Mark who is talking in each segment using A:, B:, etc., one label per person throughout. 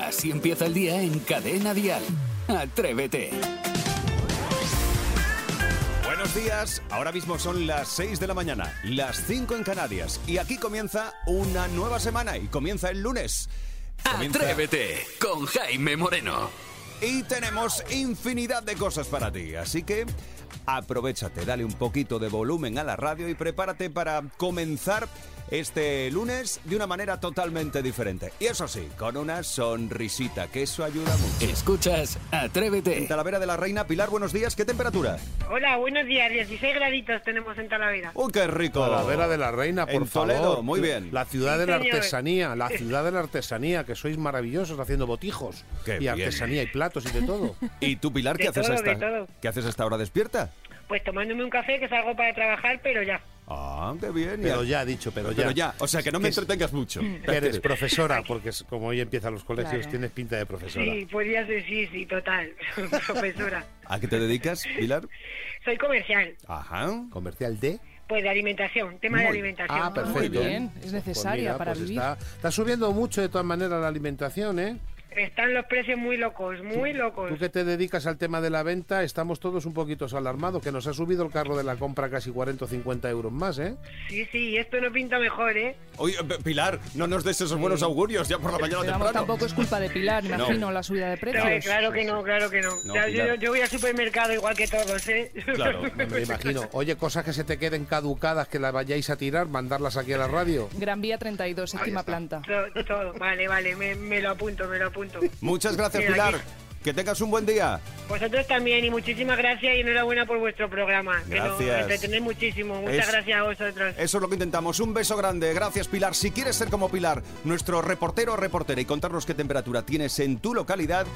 A: Así empieza el día en Cadena Dial. Atrévete.
B: Buenos días, ahora mismo son las 6 de la mañana, las 5 en Canarias y aquí comienza una nueva semana y comienza el lunes. Comienza-
A: Atrévete con Jaime Moreno.
B: Y tenemos infinidad de cosas para ti, así que aprovechate, dale un poquito de volumen a la radio y prepárate para comenzar este lunes de una manera totalmente diferente. Y eso sí, con una sonrisita, que eso ayuda mucho.
A: Escuchas
B: En
A: Atrévete.
B: Talavera de la Reina, Pilar, buenos días, ¿qué temperatura?
C: Hola, buenos días. 16 graditos tenemos en Talavera.
B: ¡Uy, qué rico!
D: Talavera de la Reina, por
B: En
D: favor.
B: Toledo, muy bien.
D: La ciudad
C: Sí,
D: de la
C: señor.
D: artesanía, la ciudad de la artesanía, que sois maravillosos haciendo botijos
B: Qué
D: y
B: bien.
D: artesanía y platos y de todo.
B: ¿Y tú, Pilar, qué
C: De
B: haces
C: todo,
B: hasta
C: de todo.
B: qué haces hasta ahora despierta?
C: Pues tomándome un café que salgo para trabajar, pero ya.
B: Ah, qué bien.
D: Pero ya, dicho, pero ya.
B: Pero ya, o sea que no me
D: Que es-
B: entretengas mucho.
D: que eres profesora, porque es- como hoy empiezan los colegios, tienes pinta de profesora.
C: Sí, podría ser, sí, sí, total. Profesora.
B: ¿A qué te dedicas, Pilar?
C: Soy comercial,
B: Ajá.
D: Comercial de.
C: pues de alimentación, tema de
B: Muy-
C: alimentación.
D: Ah, perfecto.
E: Muy bien, es
D: Pues
E: necesaria
D: mira,
E: para
D: pues
E: vivir.
D: Está, está subiendo mucho de todas maneras la alimentación, ¿eh?
C: Están los precios muy locos, muy locos.
D: Tú que te dedicas al tema de la venta, estamos todos un poquito alarmados, que nos ha subido el carro de la compra casi 40 o 50 euros más, ¿eh?
C: Sí, sí, esto no pinta mejor, ¿eh?
B: Oye, P- Pilar, no nos des esos buenos augurios ya por la mañana
E: Pero vamos,
B: temprano.
E: tampoco es culpa de Pilar,
B: No.
E: imagino, la subida de precios.
C: No, Eh, claro que no, claro que no.
B: No,
C: O sea, yo,
B: Pilar.
C: yo voy al supermercado igual que todos, ¿eh?
B: Claro.
D: Me imagino. Oye, cosas que se te queden caducadas, que las vayáis a tirar, mandarlas aquí a la radio.
E: Gran Vía 32, séptima planta.
C: todo, todo. Vale, vale, me, me lo apunto, me lo apunto.
B: Muchas gracias,
C: Mira,
B: Pilar.
C: aquí.
B: Que tengas un buen día.
C: Vosotros también y muchísimas gracias y enhorabuena por vuestro programa. que nos
B: Gracias.
C: entretenéis muchísimo. Muchas
B: Es-
C: gracias a vosotros.
B: Eso es lo que intentamos. Un beso grande. Gracias, Pilar. Si quieres ser como Pilar, nuestro reportero o reportera, y contarnos qué temperatura tienes en tu localidad,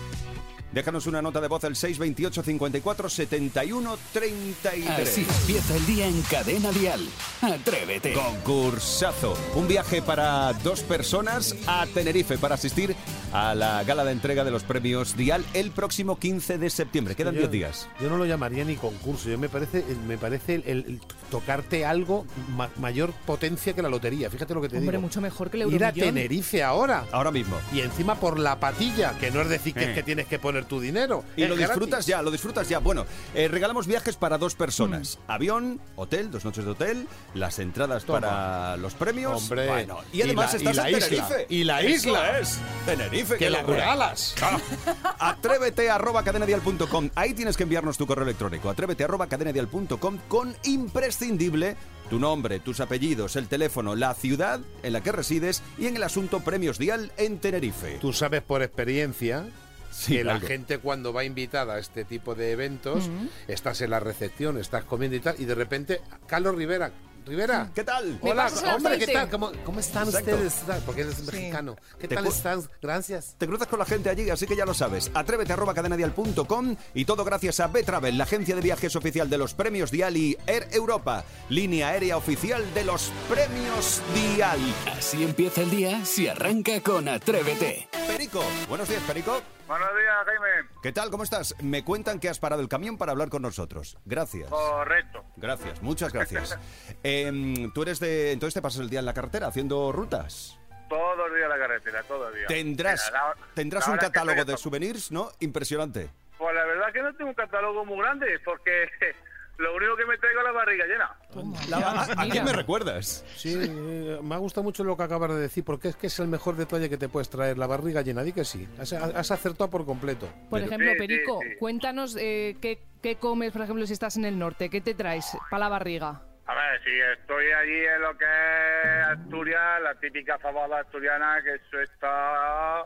B: déjanos una nota de voz al 628 54 71 33.
A: Así empieza el día en Cadena Dial. Atrévete.
B: Concursazo. Un viaje para dos personas a Tenerife para asistir a la gala de entrega de los premios Dial el próximo 15 de septiembre. Quedan
D: Yo-
B: 10 días.
D: Yo no lo llamaría ni concurso. Yo me parece, me parece el, el tocarte algo ma- mayor potencia que la lotería. Fíjate lo que te
E: Hombre,
D: digo.
E: mucho mejor que el
D: Ir a
E: Euromillón.
D: Tenerife ahora.
B: Ahora mismo.
D: Y encima por la patilla, que no es decir que, es que tienes que poner tu dinero.
B: Eh. Y
D: es
B: lo
D: gratis.
B: disfrutas ya, lo disfrutas ya. Bueno, eh, regalamos viajes para dos personas. Avión, hotel, dos noches de hotel, las entradas
D: Mm. Toma.
B: para los premios.
D: Hombre.
B: Bueno, y
D: Y
B: además
D: la-
B: estás
D: y la
B: en
D: isla.
B: Tenerife.
D: Y la
B: Eso
D: isla.
B: es. Tenerife,
D: Que
B: qué
D: la
B: locura.
D: regalas.
B: Atrévete arroba cadenadial.com. Ahí tienes que enviarnos tu correo electrónico. Atrévete arroba cadenadial.com con imprescindible tu nombre, tus apellidos, el teléfono, la ciudad en la que resides y en el asunto Premios Dial en Tenerife.
D: Tú sabes por experiencia
B: Sí,
D: que la
B: algo.
D: gente cuando va invitada a este tipo de eventos, estás en la recepción, estás comiendo y tal, y de repente, Carlos Rivera, Rivera.
B: ¿Qué tal?
E: Me
D: Hola,
E: pasas el
D: hombre, ¿qué
E: aceite.
D: tal? ¿Cómo, cómo están
B: Exacto.
D: ustedes? Porque eres mexicano. ¿Qué
B: Te
D: tal
B: cu-
D: están? Gracias.
B: Te cruzas con la gente allí, así que ya lo sabes. Atrévete arroba cadenadial.com y todo gracias a Betravel, la agencia de viajes oficial de los premios Dial y Air Europa, línea aérea oficial de los premios Dial.
A: Así empieza el día si arranca con Atrévete.
B: Perico, buenos días, Perico.
F: Buenos días, Jaime.
B: ¿Qué tal? ¿Cómo estás? Me cuentan que has parado el camión para hablar con nosotros. Gracias.
F: Correcto.
B: Gracias, muchas gracias. Em, Tú eres de. Entonces te pasas el día en la carretera haciendo rutas.
F: Todos los días la carretera, todos los días.
B: Tendrás,
F: Mira, la-
B: tendrás
F: la
B: un
F: hora que
B: catálogo
F: estoy-
B: de souvenirs, ¿no? Impresionante.
F: Pues la verdad que no tengo un catálogo muy grande, porque lo único que me traigo es la barriga llena.
E: Toma,
B: Ah, ¿A- a- ¿A
E: mira.
B: quién me recuerdas?
D: Sí, eh, me ha gustado mucho lo que acabas de decir, porque es que es el mejor detalle que te puedes traer, la barriga llena. Di que sí. Has, has acertado por completo.
E: Por ejemplo,
F: Sí, sí,
E: Perico,
F: sí.
E: cuéntanos eh, qué, qué comes, por ejemplo, si estás en el norte, qué te traes para la barriga.
F: A ver, si estoy allí en lo que es Asturias, la típica fabada asturiana, que eso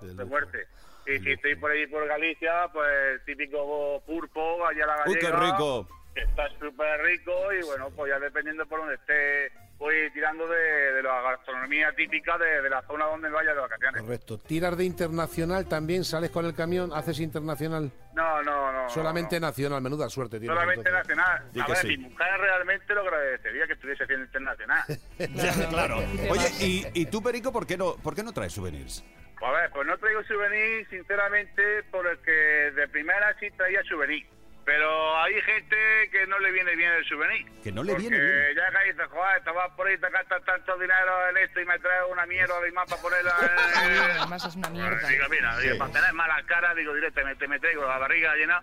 F: está de muerte. Y si estoy por ahí por Galicia, pues el típico pulpo allá a la
B: Uy, qué
F: gallega.
B: rico.
F: que Está súper rico y bueno, pues ya dependiendo por donde esté, voy tirando de, de la gastronomía típica de, de la zona donde vaya de vacaciones.
D: Correcto. Tiras de internacional también, sales con el camión, haces internacional.
F: No, no, no.
D: Solamente
F: no,
D: nacional, menuda suerte
F: no.
D: tienes.
F: Solamente
D: entonces.
F: nacional.
B: Di
F: A
B: que
F: ver,
B: sí.
F: mi mujer realmente lo agradecería que estuviese haciendo internacional. Pues
B: Ya, claro.
E: Te
B: Oye,
E: vas.
B: y, y tú, Perico, ¿por qué no, por qué no traes souvenirs?
F: Pues a ver, pues no traigo souvenir, sinceramente, por el que de primera sí traía souvenir. Pero hay gente que no le viene bien el souvenir.
B: Que no le
F: Porque
B: viene bien.
F: ya que dices, joder, te vas por ahí, te gastas tanto dinero en esto y me traes una mierda de más para ponerla en...
E: Además es una mierda.
F: Digo, mira, digo, para tener mala cara, digo, directamente me traigo la barriga llena,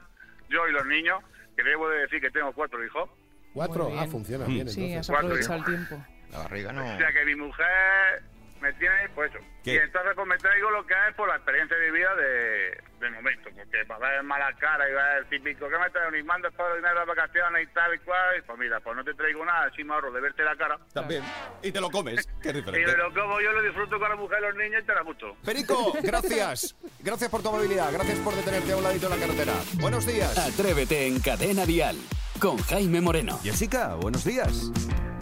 F: yo y los niños, que debo de decir que tengo cuatro hijos.
D: Cuatro.
E: Muy
D: Ah,
E: bien. Mm.
D: funciona bien.
E: Sí, has
D: entonces.
F: Cuatro
B: ¿eh?
E: aprovechado el
F: hijos.
E: tiempo.
G: La barriga no.
F: O sea que mi mujer me tiene, pues eso.
B: ¿Qué?
F: Y entonces pues me traigo lo que es por la experiencia vivida de, de momento, porque para ver mala cara y ver el típico que me trae un imán después de dinero de vacaciones y tal y cual, y pues mira, pues no te traigo nada, así me ahorro de verte la cara.
B: También. Y te lo comes, que es
F: Y
B: diferente.
F: me lo como yo, lo disfruto con la mujer y los niños y te la gusto.
B: Perico, gracias. Gracias por tu amabilidad. Gracias por detenerte a un ladito de la carretera. Buenos
D: Ah.
B: días.
A: Atrévete en Cadena Dial con Jaime Moreno.
B: Jessica, buenos días.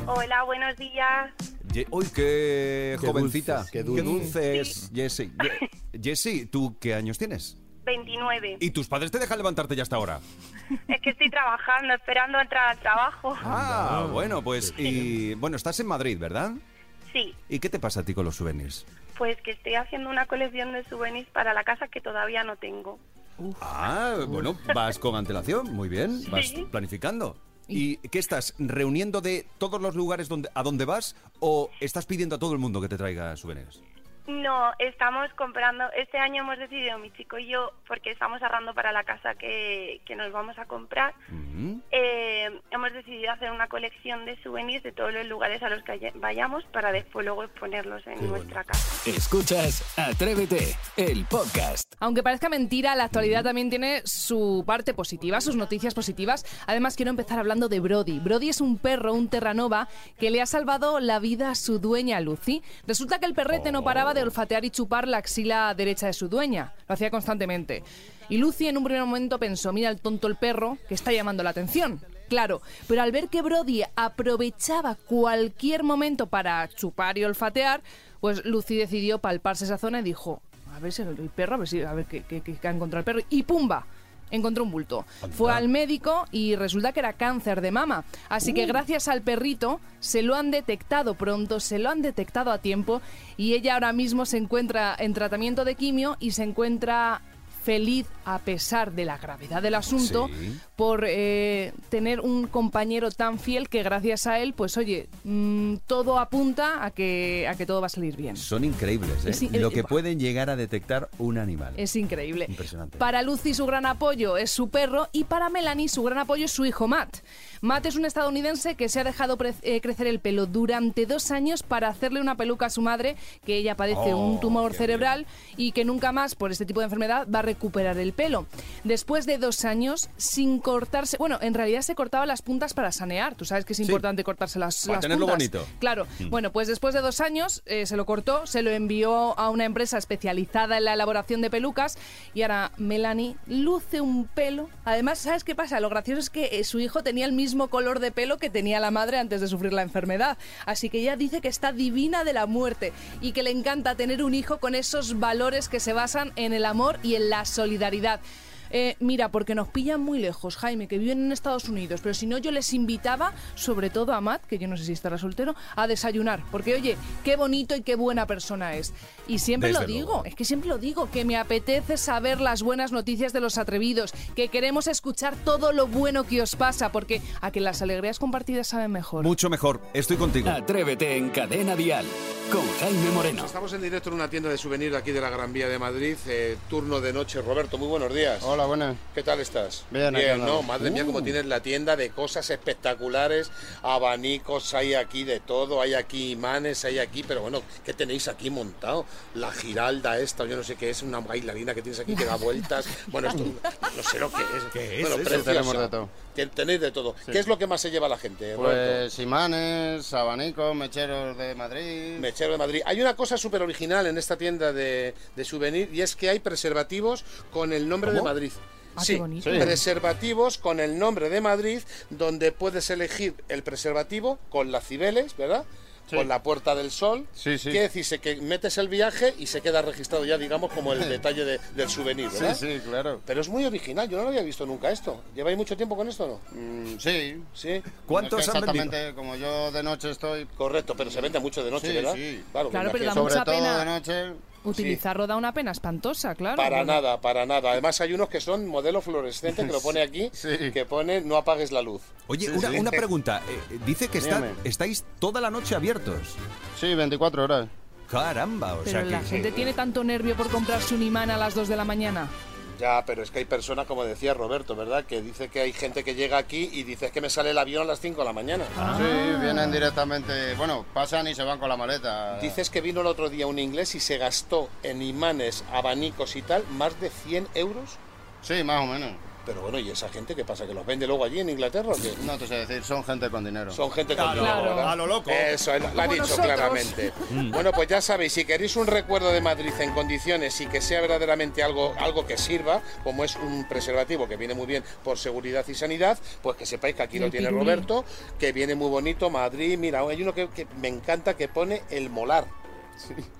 H: Hola, buenos días.
B: Ye- Uy, qué,
D: Qué
B: jovencita.
D: dulces, qué
B: qué
D: dulces.
B: dulce es, Jessy. Ye- Jessy, ¿tú qué años tienes?
H: 29.
B: ¿Y tus padres te dejan levantarte ya hasta ahora?
H: Es que estoy trabajando, esperando entrar al trabajo.
B: Ah, bueno, pues. Y bueno, estás en Madrid, ¿verdad?
H: Sí,
B: ¿Y qué te pasa a ti con los souvenirs?
H: pues que estoy haciendo una colección de souvenirs para la casa que todavía no tengo.
B: Ah, bueno, vas con antelación, muy bien, vas
H: Sí.
B: planificando. ¿Y qué estás reuniendo de todos los lugares donde, a donde vas o estás pidiendo a todo el mundo que te traiga souvenirs?
H: No, estamos comprando, este año hemos decidido mi chico y yo, porque estamos ahorrando para la casa que, que nos vamos a comprar,
B: Mm,
H: eh, hemos decidido hacer una colección de souvenirs de todos los lugares a los que haya- vayamos para después luego exponerlos en nuestra casa.
A: Escuchas Atrévete, el podcast.
E: Aunque parezca mentira, la actualidad también tiene su parte positiva, sus noticias positivas. Además, quiero empezar hablando de Brody. Brody es un perro, un terranova, que le ha salvado la vida a su dueña, Lucy. Resulta que el perrete no paraba de olfatear y chupar la axila derecha de su dueña. Lo hacía constantemente. Y Lucy en un primer momento pensó, mira el tonto el perro, que está llamando la atención. Claro, pero al ver que Brody aprovechaba cualquier momento para chupar y olfatear, pues Lucy decidió palparse esa zona y dijo, a ver si el perro, a ver si, a ver qué, qué- qué ha encontrado el perro. Y ¡pumba! Encontró un bulto. Fue al médico y resulta que era cáncer de mama. Así que gracias al perrito se lo han detectado pronto, se lo han detectado a tiempo y ella ahora mismo se encuentra en tratamiento de quimio y se encuentra feliz a pesar de la gravedad del asunto
B: Sí.
E: por eh, tener un compañero tan fiel que gracias a él, pues oye, mm, todo apunta a que, a que todo va a salir bien.
B: Son increíbles, ¿eh?
E: Sí, eh,
B: Lo que
E: eh,
B: pueden llegar a detectar un animal.
E: Es increíble.
B: Impresionante.
E: Para Lucy su gran apoyo es su perro y para Melanie su gran apoyo es su hijo Matt. Matt es un estadounidense que se ha dejado pre- eh, crecer el pelo durante dos años para hacerle una peluca a su madre, que ella padece
B: Oh,
E: un tumor
B: qué
E: cerebral y que nunca más por este tipo de enfermedad va a recuperar el pelo. Después de dos años sin cortarse, bueno, en realidad se cortaba las puntas para sanear. Tú sabes que es importante cortarse las,
B: Para
E: las
B: tenerlo
E: puntas.
B: bonito. Mm.
E: Claro. Bueno, pues después de dos años eh, se lo cortó, se lo envió a una empresa especializada en la elaboración de pelucas y ahora Melanie luce un pelo. Además, ¿sabes qué pasa? Lo gracioso es que eh, su hijo tenía el mismo color de pelo que tenía la madre antes de sufrir la enfermedad. Así que ella dice que está divina de la muerte y que le encanta tener un hijo con esos valores que se basan en el amor y en la solidaridad. Eh, mira, porque nos pillan muy lejos, Jaime, que viven en Estados Unidos. Pero si no, yo les invitaba, sobre todo a Matt, que yo no sé si estará soltero, a desayunar. Porque, oye, qué bonito y qué buena persona es. Y siempre
B: Desde
E: lo digo,
B: luego.
E: es que siempre lo digo, que me apetece saber las buenas noticias de los atrevidos, que queremos escuchar todo lo bueno que os pasa, porque a que las alegrías compartidas saben mejor.
B: Mucho mejor, estoy contigo.
A: Atrévete en Cadena Dial con Jaime Moreno.
D: Estamos en directo en una tienda de souvenirs de aquí de la Gran Vía de Madrid, eh, turno de noche. Roberto, muy buenos días.
I: Hola, buenas.
D: ¿Qué tal estás?
I: Bien, aquí andamos. Uh.
D: no, madre mía, como tienes la tienda de cosas espectaculares, abanicos, hay aquí de todo, hay aquí imanes, hay aquí, pero bueno, ¿qué tenéis aquí montado? La giralda esta, yo no sé qué es, una bailarina que tienes aquí que da vueltas. Bueno, esto no sé lo que es.
B: ¿Qué es
D: bueno,
B: eso?
D: precioso.
I: Tenemos de todo.
D: Ten- Tenéis de todo. ¿Qué es lo que más se lleva la gente, Roberto?
I: Pues imanes, abanicos, mecheros de Madrid.
D: Mechero de Madrid. Hay una cosa súper original en esta tienda de, de souvenir y es que hay preservativos con el nombre de Madrid.
E: Ah, qué bonito. Sí.
D: preservativos con el nombre de Madrid, donde puedes elegir el preservativo con las cibeles, ¿verdad?
I: Sí.
D: Con la Puerta del Sol.
I: Sí, sí.
D: Quiere decirse que metes el viaje y se queda registrado ya, digamos, como el detalle de- del souvenir,
I: Sí,
D: ¿verdad?
I: sí, claro.
D: Pero es muy original, yo no lo había visto nunca esto. ¿Lleváis mucho tiempo con esto o no?
I: Mm, sí.
D: Sí.
I: No
B: ¿Cuántos
I: es que
B: han vendido?
I: exactamente, como yo de noche estoy,
D: Correcto, pero se vende mucho de noche,
I: Sí,
D: ¿verdad?
I: sí.
D: Claro, me
E: Claro, pero
D: imagino.
E: da
I: sobre
E: mucha
I: todo
E: pena.
I: de noche,
E: Utilizarlo da una pena espantosa,
I: Ah,
E: claro.
D: Para
E: porque-
D: nada, para nada. Además hay unos que son modelo fluorescente que lo pone aquí,
I: Sí.
D: que pone no apagues la luz.
B: Oye, una,
I: sí.
B: una pregunta. eh, dice que está-
I: Dime.
B: estáis toda la noche abiertos.
I: Sí, 24 horas.
B: Caramba, o
E: Pero
B: sea
E: la
B: que...
E: gente tiene tanto nervio por comprarse un imán a las 2 de la mañana.
D: Ya, pero es que hay personas, como decía Roberto, ¿verdad? Que dice que hay gente que llega aquí y dice "Es que me sale el avión a las 5 de la mañana.
I: Ah. Sí, vienen directamente. Bueno, pasan y se van con la maleta.
D: Dices que vino el otro día un inglés y se gastó en imanes, abanicos y tal, más de 100 euros.
I: Sí, más o menos.
D: Pero bueno, ¿y esa gente qué pasa? ¿Que los vende luego allí en Inglaterra o qué?
I: No te sé decir, son gente con dinero.
D: Son gente con
B: Claro,
D: dinero, ¿verdad?
B: a lo loco.
D: Eso, él lo ha
E: Como
D: dicho
E: nosotros.
D: claramente. bueno, pues ya sabéis, si queréis un recuerdo de Madrid en condiciones y que sea verdaderamente algo, algo que sirva, como es un preservativo que viene muy bien por seguridad y sanidad, pues que sepáis que aquí lo
E: el
D: tiene
E: pirulí.
D: Roberto, que viene muy bonito, Madrid, mira, hay uno que, que me encanta que pone el molar.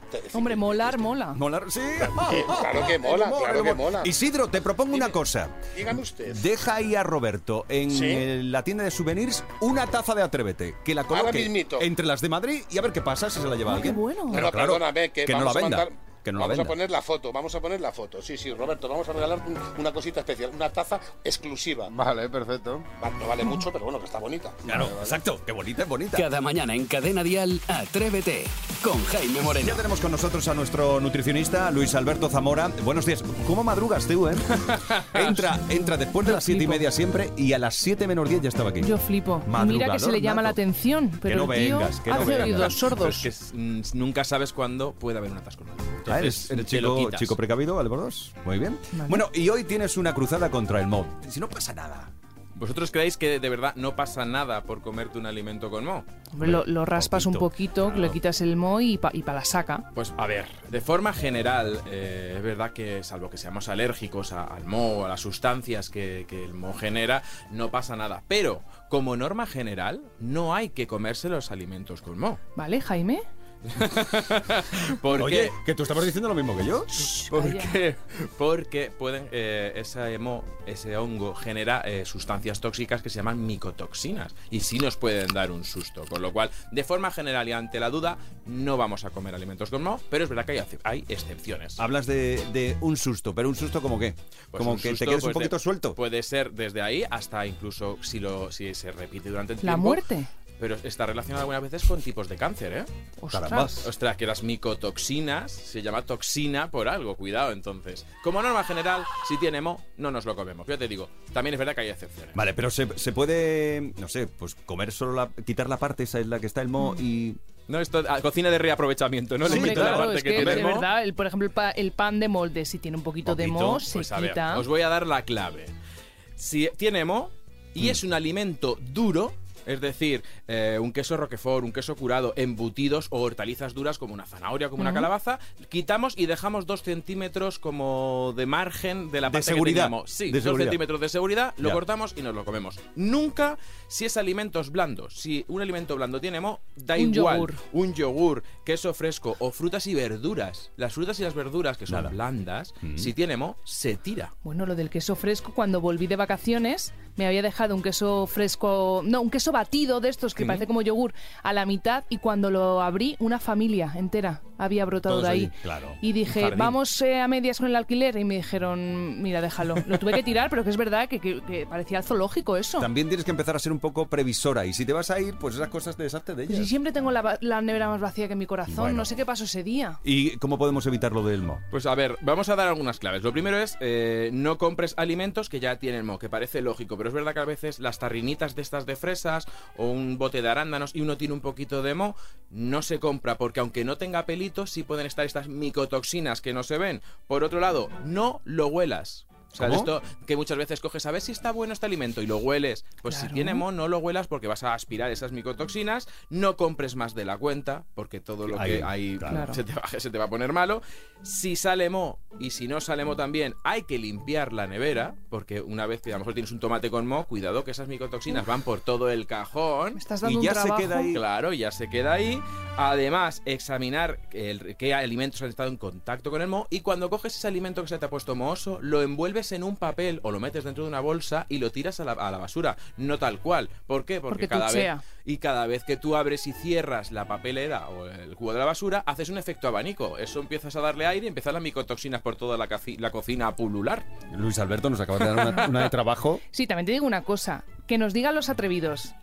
D: Te-
E: Hombre, molar, mola.
B: Molar, sí.
D: claro que mola,
B: El mol,
D: claro
B: el
D: que
B: mol.
D: mola.
B: Isidro, te propongo una
D: Dime.
B: cosa.
D: Dígame usted.
B: Deja ahí a Roberto en
D: Sí.
B: eh, la tienda de souvenirs una taza de Atrévete, que la
D: Ahora
B: coloque
D: mismito.
B: entre las de Madrid y a ver qué pasa si se la lleva
E: Ah,
B: alguien.
E: qué bueno.
B: Pero
D: No, no,
B: claro,
D: perdóname, que,
B: que no la
D: vamos
B: venda.
D: a mandar.
B: que no la
D: vamos
B: venda.
D: a poner la foto, vamos a poner la foto. Sí, sí, Roberto, vamos a regalar un- una cosita especial, una taza exclusiva.
I: Vale, perfecto.
D: Va- No vale mucho, pero bueno, que está bonita.
B: Claro, exacto. Qué bonita, es bonita.
A: Cada mañana en Cadena Dial, Atrévete con Jaime
B: Ya
A: Moreno.
B: tenemos con nosotros a nuestro nutricionista Luis Alberto Zamora. Buenos días. ¿Cómo madrugas tú, eh? Entra, entra después de las siete y
E: flipo.
B: media siempre y a las siete menos 10 ya estaba aquí.
E: Yo flipo. Y Mira que se le
B: Madrugador
E: llama la
B: nato.
E: atención, pero
B: no
E: el tío
B: vengas, que no
E: hace
B: vengas.
E: oídos
G: Pero
E: sordos.
G: es que s- mm, nunca sabes cuándo puede haber un atasco. Entonces,
B: Ah, eres, eres
G: te lo
B: chico,
G: quitas.
B: chico precavido, Albornoz. Muy bien.
E: Vale.
B: Bueno, y hoy tienes una cruzada contra el mob. Si no pasa nada.
G: ¿Vosotros creéis que de verdad no pasa nada por comerte un alimento con mo?
E: Hombre, lo, lo raspas un poquito,
G: claro.
E: le quitas el mo y para la saca.
G: Pues a ver, de forma general, eh, es verdad que salvo que seamos alérgicos a- al moho o a las sustancias que, que el moho genera, no pasa nada. Pero, como norma general, no hay que comerse los alimentos con moho.
E: ¿Vale, Jaime?
G: Porque,
B: Oye, que tú estabas diciendo lo mismo que yo.
G: ¿Por
E: Calla.
G: qué? Porque pueden, eh, ese mo, ese hongo, genera eh, sustancias tóxicas que se llaman micotoxinas y sí nos pueden dar un susto. Con lo cual, de forma general y ante la duda, no vamos a comer alimentos con moho, pero es verdad que hay, hay excepciones.
B: Hablas de, de un susto, pero un susto como qué?
G: Pues
B: como
G: un
B: que
G: susto,
B: te quedes un
G: pues,
B: eh, poquito
G: de-
B: suelto.
G: Puede ser desde ahí hasta incluso si, lo, si se repite durante el
E: La
G: tiempo.
E: muerte.
G: Pero está relacionado algunas veces con tipos de cáncer, ¿eh?
B: Caramba.
E: Ostras.
G: Ostras, que las micotoxinas se llama toxina por algo, cuidado entonces. Como norma general, si tiene mo, no nos lo comemos. Yo te digo, también es verdad que hay excepciones.
B: Vale, pero se, se puede, no sé, pues comer solo la, quitar la parte esa es Mm. la que está el mo y
G: No, esto ah, cocina de reaprovechamiento, ¿no? Le
E: Hombre,
G: quito la
E: claro,
G: parte
E: es que,
G: tiene
E: de
G: mo.
E: verdad, el- por ejemplo, el, pa- el pan de molde, si tiene un poquito, de
B: Poquito,
E: mo, se
G: Pues a ver,
E: quita.
G: os voy a dar la clave. Si tiene mo y es un alimento duro, es decir, eh, un queso roquefort, un queso curado, embutidos o hortalizas duras como una zanahoria, como una calabaza, quitamos y dejamos dos centímetros como de margen de la
B: De
G: parte que
B: seguridad,
G: tenía mo. Sí,
B: de
G: dos
B: seguridad.
G: centímetros de seguridad, lo
B: Ya.
G: cortamos y nos lo comemos. Nunca si es alimentos blandos. Si un alimento blando tiene mo, da
E: Un
G: igual.
E: yogur.
G: Un yogur, queso fresco o frutas y verduras. Las frutas y las verduras que son
B: Nada. Mm.
G: blandas, si tiene mo, se tira.
E: Bueno, lo del queso fresco, cuando volví de vacaciones, me había dejado un queso fresco, no, un queso batido de estos que parece como yogur, a la mitad y cuando lo abrí, una familia entera había brotado
B: Todos
E: de ahí.
B: ahí, claro.
E: Y
G: Un
E: dije,
G: jardín.
E: vamos eh, a medias con el alquiler y me dijeron, mira, déjalo. Lo tuve que tirar, pero que es verdad que, que- que parecía zoológico eso.
B: también tienes que empezar a ser un poco previsora y si te vas a ir, pues esas cosas te deshazte de
E: Pero si
B: ellas.
E: siempre tengo la, va- la nevera más vacía que mi corazón,
B: Bueno.
E: no sé qué pasó ese día.
B: ¿Y cómo podemos evitar lo del mo?
G: Pues a ver, vamos a dar algunas claves. Lo primero es eh, no compres alimentos que ya tienen mo, que parece lógico, pero es verdad que a veces las tarrinitas de estas de fresas o un bote de arándanos y uno tiene un poquito de mo, no se compra porque aunque no tenga pelitos, sí pueden estar estas micotoxinas que no se ven. Por otro lado, no lo huelas. O sea, de
B: ¿Cómo?
G: esto que muchas veces coges a ver si está bueno este alimento y lo hueles. Pues
E: Claro.
G: si tiene mo, no lo huelas porque vas a aspirar esas micotoxinas. No compres más de la cuenta porque todo lo
B: Ahí,
G: que hay
E: claro.
G: se te va, se te va a poner malo. Si sale mo y si no sale mo también, hay que limpiar la nevera, porque una vez que a lo mejor tienes un tomate con mo, cuidado que esas micotoxinas van por todo el cajón.
E: Me estás dando
B: Y
E: un
B: ya se
E: trabajo.
B: queda ahí.
G: Claro, ya se queda ahí. Además, examinar el- qué alimentos han estado en contacto con el moho y cuando coges ese alimento que se te ha puesto mohoso, lo envuelves envuelves en un papel o lo metes dentro de una bolsa y lo tiras a la, a la basura. No tal cual. ¿Por qué? Porque,
E: Porque
G: cada vez,
E: tuchea.
G: y cada vez que tú abres y cierras la papelera o el cubo de la basura, haces un efecto abanico. Eso empiezas a darle aire y empiezan las micotoxinas por toda la, caci- la cocina a pulular.
B: Luis Alberto nos acaba de dar una, una de trabajo.
E: Sí, también te digo una cosa, que nos digan los atrevidos.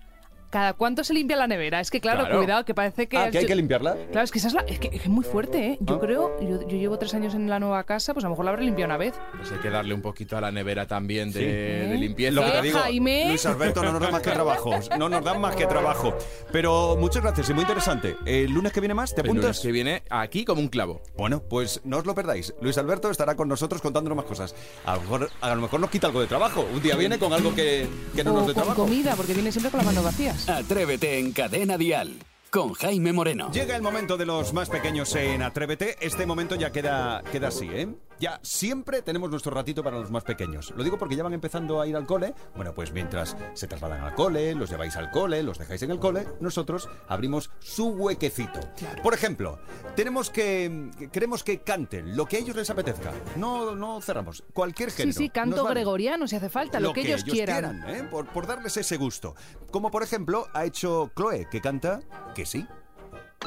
E: ¿Cada cuánto se limpia la nevera? Es que claro,
G: Claro.
E: cuidado, que parece que...
B: Ah, que Ah. hay que limpiarla.
E: Claro, es que esa es, la- es que- es que es muy fuerte, ¿eh? Yo creo, yo, yo llevo tres años en la nueva casa, pues a lo mejor la habré limpiado una vez.
G: Pues hay que darle un poquito a la nevera también de,
E: ¿Eh?
G: de limpieza.
B: Lo que te
E: Eh,
B: digo,
E: Jaime.
B: Luis Alberto, no nos da más que trabajo. No nos dan más que trabajo. Pero muchas gracias y muy interesante. El lunes que viene más, ¿te
G: El lunes
B: apuntas?
G: que viene aquí como un clavo.
B: Bueno, pues no os lo perdáis. Luis Alberto estará con nosotros contándonos más cosas. A lo mejor, a lo mejor nos quita algo de trabajo. Un día viene con algo que, que no
E: o
B: nos dé
E: con
B: trabajo. Ah,
E: comida, porque viene siempre con las manos vacías.
A: Atrévete en Cadena Dial con Jaime Moreno.
B: Llega el momento de los más pequeños en Atrévete. Este momento ya queda, queda así, ¿eh? Ya siempre tenemos nuestro ratito para los más pequeños. Lo digo porque ya van empezando a ir al cole. Bueno, pues mientras se trasladan al cole, los lleváis al cole, los dejáis en el cole, nosotros abrimos su huequecito. Por ejemplo, tenemos que queremos que canten lo que a ellos les apetezca. No, no cerramos. Cualquier
E: Sí,
B: género.
E: sí,
B: nos
E: canto
B: vale
E: gregoriano, si hace falta, lo, que, ellos, quieran.
B: ¿eh? por, por darles ese gusto. Como por ejemplo ha hecho Chloe, que canta que sí.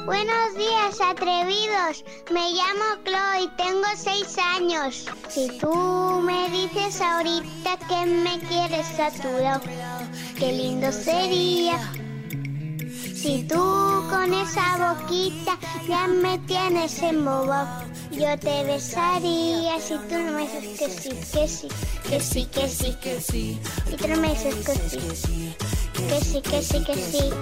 J: Buenos días, atrevidos. Me llamo Chloe, tengo seis años. Si tú me dices ahorita que me quieres a tu lado, qué lindo sería. Si tú con esa boquita ya me tienes embobado, yo te besaría si tú no me dices que sí, que sí, que sí, que sí, que sí. Si tú no me dices que sí, que sí, que sí, que sí.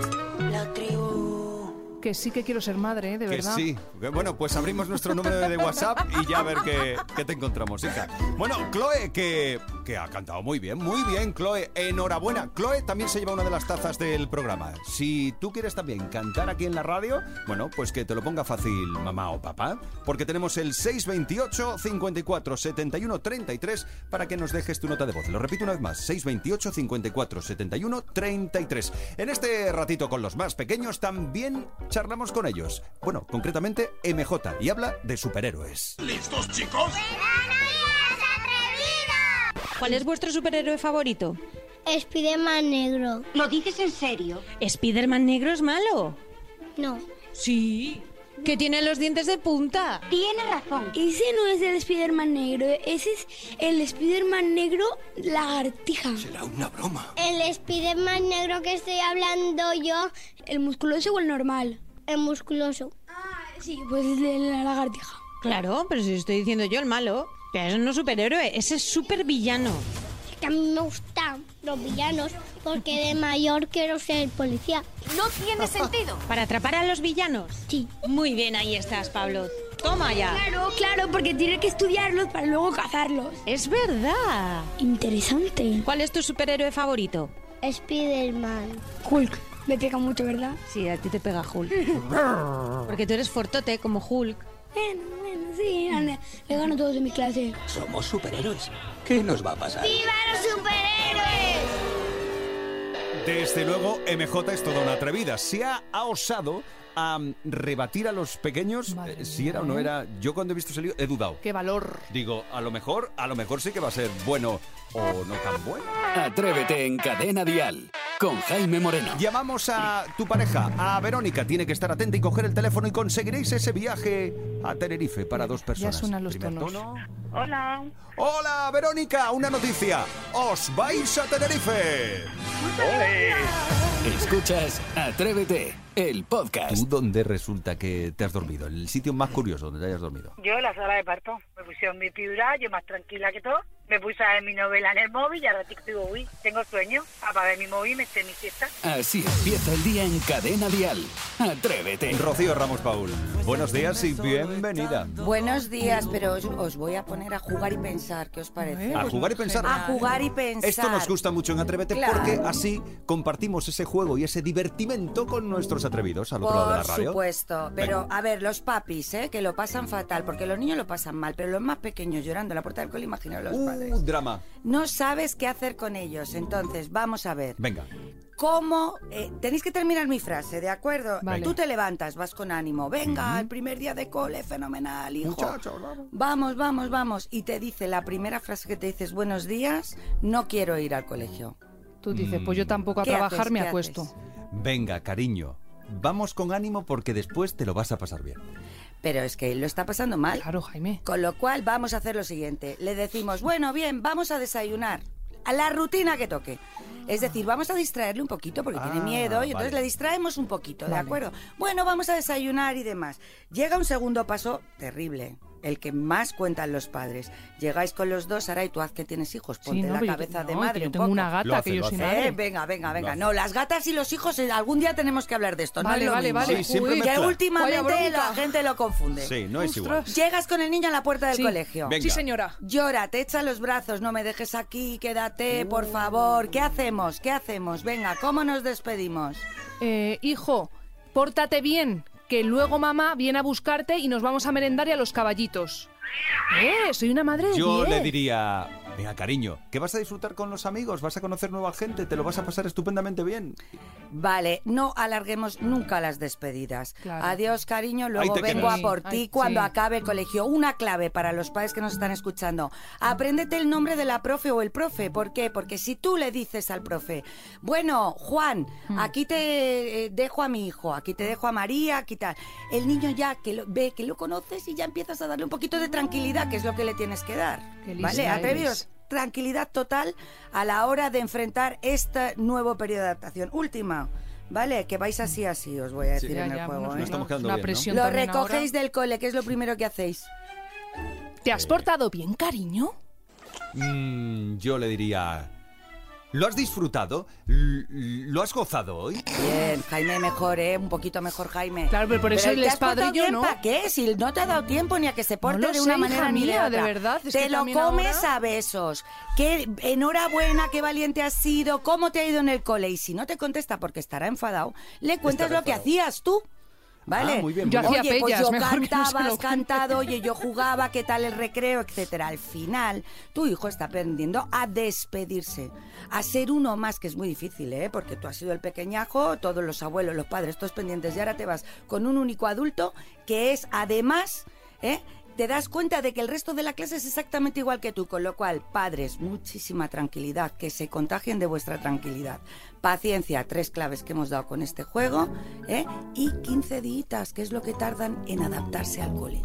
E: Que sí que quiero ser madre, ¿eh? de
B: Que
E: verdad.
B: sí. Que Bueno, pues abrimos nuestro número de WhatsApp y ya a ver qué, qué te encontramos, hija. Bueno, Chloe, que, que ha cantado muy bien, muy bien, Chloe. Enhorabuena. Chloe también se lleva una de las tazas del programa. Si tú quieres también cantar aquí en la radio, bueno, pues que te lo ponga fácil mamá o papá, porque tenemos el 628 54 71 33 para que nos dejes tu nota de voz. Lo repito una vez más, 628 54 71 33. En este ratito con los más pequeños también charlamos con ellos. Bueno, concretamente MJ y habla de superhéroes.
K: ¿Cuál es vuestro superhéroe favorito?
J: Spiderman negro.
K: ¿Lo dices en serio? ¿Spiderman negro es malo?
J: No.
K: Sí. Que tiene los dientes de punta.
J: Tiene razón. Ese no es el Spiderman negro, ese es el Spiderman negro lagartija. Será una broma. El Spiderman negro que estoy hablando yo, ¿el musculoso o el normal? El musculoso. Ah, sí, pues el de la lagartija.
K: Claro, pero si estoy diciendo yo el malo. Pero eso no es superhéroe, ese es supervillano.
J: Es que a mí me gustan los villanos porque de mayor quiero ser policía.
K: No tiene sentido. Para atrapar a los villanos.
J: Sí.
K: Muy bien, ahí estás, Pablo. Toma ya.
J: Claro, claro, porque tiene que estudiarlos para luego cazarlos.
K: Es verdad.
J: Interesante.
K: ¿Cuál es tu superhéroe favorito?
J: Spiderman. Hulk. Me pega mucho, ¿verdad?
K: Sí, a ti te pega Hulk. Porque tú eres fortote como Hulk.
J: Bueno, bueno, sí, anda, le gano a todos de mi clase.
A: Somos superhéroes. ¿Qué nos va a pasar?
J: ¡Viva los superhéroes!
B: Desde luego, MJ es toda una atrevida. Se ha, ha osado a mm, rebatir a los pequeños
E: Madre
B: eh, si
E: mía,
B: era o no
E: ¿eh?
B: era. Yo cuando he visto ese lío he dudado.
E: Qué valor.
B: Digo, a lo mejor, a lo mejor sí que va a ser bueno o no tan bueno.
A: Atrévete en Cadena Dial con Jaime Moreno.
B: Llamamos a tu pareja, a Verónica. Tiene que estar atenta y coger el teléfono y conseguiréis ese viaje a Tenerife para dos personas.
E: suenan los
B: Primer
E: tonos.
B: tono.
H: Hola.
B: Hola, Verónica, una noticia. Os vais a Tenerife.
A: Escuchas Atrévete, el podcast.
B: ¿Tú dónde resulta que te has dormido? El sitio más curioso donde te hayas dormido.
C: Yo en la sala de parto. Me pusieron mi piura, yo más tranquila que todo. Me puse a ver mi novela en el móvil y al ratito digo, uy, tengo sueño. Apagué mi móvil y me eché mi siesta.
A: Así empieza el día en Cadena Dial. Atrévete.
B: Rocío Ramos Paul. Buenos días y bienvenida.
L: Buenos días, pero os, os voy a poner a jugar y pensar, ¿qué os parece?
B: A jugar y pensar.
L: A jugar y pensar.
B: Esto nos gusta mucho en Atrévete
L: Claro.
B: porque así compartimos ese juego y ese divertimento con nuestros atrevidos al otro lado de la
L: Por
B: radio.
L: supuesto, pero
B: Venga.
L: a ver, los papis, ¿eh? que lo pasan fatal, porque los niños lo pasan mal, pero los más pequeños llorando en la puerta del cole, imaginaos los
B: Uh,
L: padres.
B: drama.
L: No sabes qué hacer con ellos, entonces vamos a ver.
B: Venga.
L: cómo... eh, tenéis que terminar mi frase, ¿de acuerdo?
M: Vale.
L: Tú te levantas, vas con ánimo. Venga,
M: Ujú.
L: el primer día de cole, fenomenal, hijo.
M: Muchachos, vamos.
L: Vamos, vamos, vamos. Y te dice la primera frase que te dices, buenos días, no quiero ir al colegio.
E: Tú dices,
B: Mm.
E: pues yo tampoco a
L: ¿Qué haces?
E: trabajar me
L: ¿Qué
E: acuesto.
B: Venga, cariño, vamos con ánimo porque después te lo vas a pasar bien.
L: Pero es que lo está pasando mal.
E: Claro, Jaime.
L: Con lo cual vamos a hacer lo siguiente. Le decimos, bueno, bien, vamos a desayunar. A la rutina que toque. Es decir, vamos a distraerle un poquito porque tiene
M: Ah,
L: miedo y entonces
M: vale.
L: le distraemos un poquito, ¿de
M: Vale.
L: acuerdo? Bueno, vamos a desayunar y demás. Llega un segundo paso terrible, el que más cuentan los padres. Llegáis con los dos, Sara, y tú haz que tienes hijos, Pues ponte
E: no,
L: la
E: pero yo-
L: cabeza de
E: no,
L: madre.
E: que yo
L: un
E: tengo
L: poco.
E: una gata, Lo hace, que yo lo soy hace. madre.
L: Eh, venga, venga,
E: Lo
L: venga.
E: hace.
L: No, las gatas y los hijos, eh, algún día tenemos que hablar de esto.
E: Vale,
L: no es lo
E: vale,
L: mismo.
E: vale. Sí, siempre
L: Uy, que
E: mezcla. Vaya
L: últimamente
E: bronca.
L: la gente lo confunde.
B: Sí, no es igual.
L: Ostras. Llegas con el niño a la puerta del
E: Sí.
L: colegio.
B: Venga. Sí,
E: señora.
L: Llora, te echa los brazos, no me dejes aquí, quédate, por favor. ¿Qué hacemos? ¿Qué hacemos? Venga, ¿cómo nos despedimos?
E: Eh, hijo, pórtate bien, que luego mamá viene a buscarte y nos vamos a merendar y a los caballitos. Eh, soy una madre de
B: Yo le
E: diez.
B: diría, venga, cariño, que vas a disfrutar con los amigos, vas a conocer nueva gente, te lo vas a pasar estupendamente bien.
L: Vale, no alarguemos nunca las despedidas.
M: Claro.
L: Adiós, cariño,
M: Ahí
L: luego
M: te
L: vengo
M: quedas.
L: a por
M: Sí,
L: ti
M: ay,
L: cuando
M: sí.
L: acabe el colegio. Una clave para los padres que nos están escuchando. Apréndete el nombre de la profe o el profe. ¿Por qué? Porque si tú le dices al profe, bueno, Juan, aquí te eh, dejo a mi hijo, aquí te dejo a María, aquí tal. El niño ya que lo- ve que lo conoces y ya empiezas a darle un poquito de tranquilidad, que es lo que le tienes que dar.
E: Qué
L: ¿Vale?
E: lista
L: Atrevidos.
E: eres.
L: Tranquilidad total a la hora de enfrentar este nuevo periodo de adaptación. Última, ¿vale? Que vais así, así, os voy a
B: Sí.
L: decir
B: Ya,
L: en el
B: ya,
L: juego.
B: bueno,
L: ¿eh?
B: nos estamos quedando Una bien, ¿no? presión
L: Lo
B: también
L: recogéis del cole, que es lo primero que hacéis.
E: ¿Te has portado bien, cariño?
B: Mm, yo le diría, ¿lo has disfrutado? ¿L- ¿Lo has gozado hoy?
L: Bien, Jaime mejor, ¿eh? Un poquito mejor, Jaime. Claro,
E: pero por eso el espadrillo, ¿no?
L: ¿Para qué? Si no te ha dado tiempo ni a que se porte
E: No lo
L: de una
E: sé,
L: manera
E: hija
L: ni
E: mía, de
L: otra.
E: verdad, es
L: Te
E: que
L: lo
E: también
L: comes
E: ahora-
L: a besos. Qué enhorabuena, qué valiente has sido, cómo te ha ido en el cole. Y si no te contesta porque estará enfadado, le cuentas
M: Estará
L: lo que
M: enfadado.
L: hacías tú. ¿Vale?
M: Ah, muy bien, Yo muy bien.
L: oye,
M: hacía
L: pues
M: pellas,
L: yo
M: mejor que no se
L: cantaba,
M: lo
L: has
M: cuente.
L: cantado, oye, yo jugaba, qué tal el recreo, etcétera. Al final, tu hijo está aprendiendo a despedirse, a ser uno más, que es muy difícil, ¿eh? Porque tú has sido el pequeñajo, todos los abuelos, los padres, todos pendientes, y ahora te vas con un único adulto que es además, ¿eh? Te das cuenta de que el resto de la clase es exactamente igual que tú, con lo cual, padres, muchísima tranquilidad, que se contagien de vuestra tranquilidad. Paciencia, tres claves que hemos dado con este juego, ¿eh? y 15 días, que es lo que tardan en adaptarse al cole.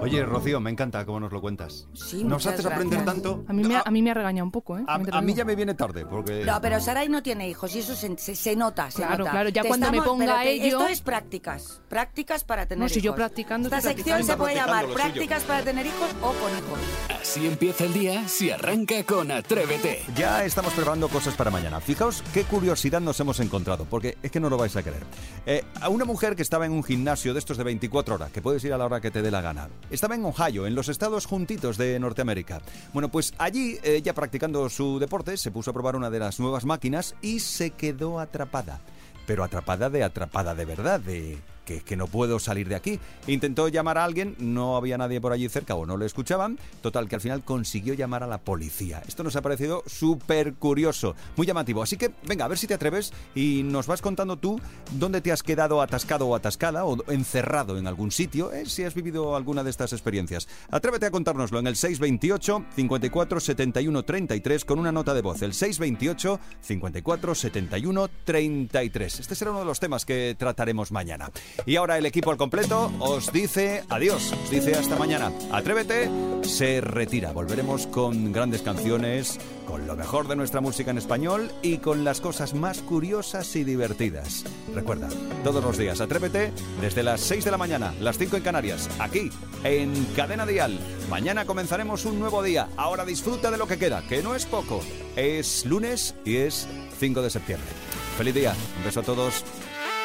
B: Oye, Rocío, me encanta cómo nos lo cuentas.
L: Sí,
B: nos
L: muchas
B: haces aprender
L: gracias.
B: tanto.
E: A mí me, ha- a mí me ha regañado un poco, ¿eh?
B: A,
E: También te
B: a
E: lo
B: mí
E: digo.
B: ya me viene tarde, porque...
L: No, pero Saray no tiene hijos y eso se, se- se nota. se
E: Claro,
L: nota.
E: claro, ya cuando me ponga
L: pero te-
E: ello-
L: Esto es prácticas, prácticas para tener
E: No,
L: hijos.
E: si yo practicando,
L: Esta
E: estoy
L: sección
E: practicando.
L: se puede
E: Practicando
L: llamar
E: lo suyo.
L: prácticas para tener hijos o con hijos.
A: Así empieza el día si arranca con Atrévete.
B: Ya estamos preparando cosas para mañana. Fijaos qué curiosidad nos hemos encontrado, porque es que no lo vais a creer. Eh, a una mujer que estaba en un gimnasio de estos de 24 horas, que puedes ir a la hora que te dé la gana. Estaba en Ohio, en los estados juntitos de Norteamérica. Bueno, pues allí, eh, ella practicando su deporte, se puso a probar una de las nuevas máquinas y se quedó atrapada. Pero atrapada de atrapada de verdad, de que es que no puedo salir de aquí. Intentó llamar a alguien, no había nadie por allí cerca o no le escuchaban. Total, que al final consiguió llamar a la policía. Esto nos ha parecido súper curioso, muy llamativo. Así que venga, a ver si te atreves y nos vas contando tú dónde te has quedado atascado o atascada o encerrado en algún sitio, ¿eh? si has vivido alguna de estas experiencias. Atrévete a contárnoslo en el 628 54 71 33 con una nota de voz. El 628 54 71 33. Este será uno de los temas que trataremos mañana. Y ahora el equipo al completo os dice adiós, os dice hasta mañana. Atrévete, se retira. Volveremos con grandes canciones, con lo mejor de nuestra música en español y con las cosas más curiosas y divertidas. Recuerda, todos los días Atrévete desde las 6 de la mañana, las 5 en Canarias, aquí en Cadena Dial. Mañana comenzaremos un nuevo día. Ahora disfruta de lo que queda, que no es poco. Es lunes y es 5 de septiembre. Feliz día. Un beso a todos.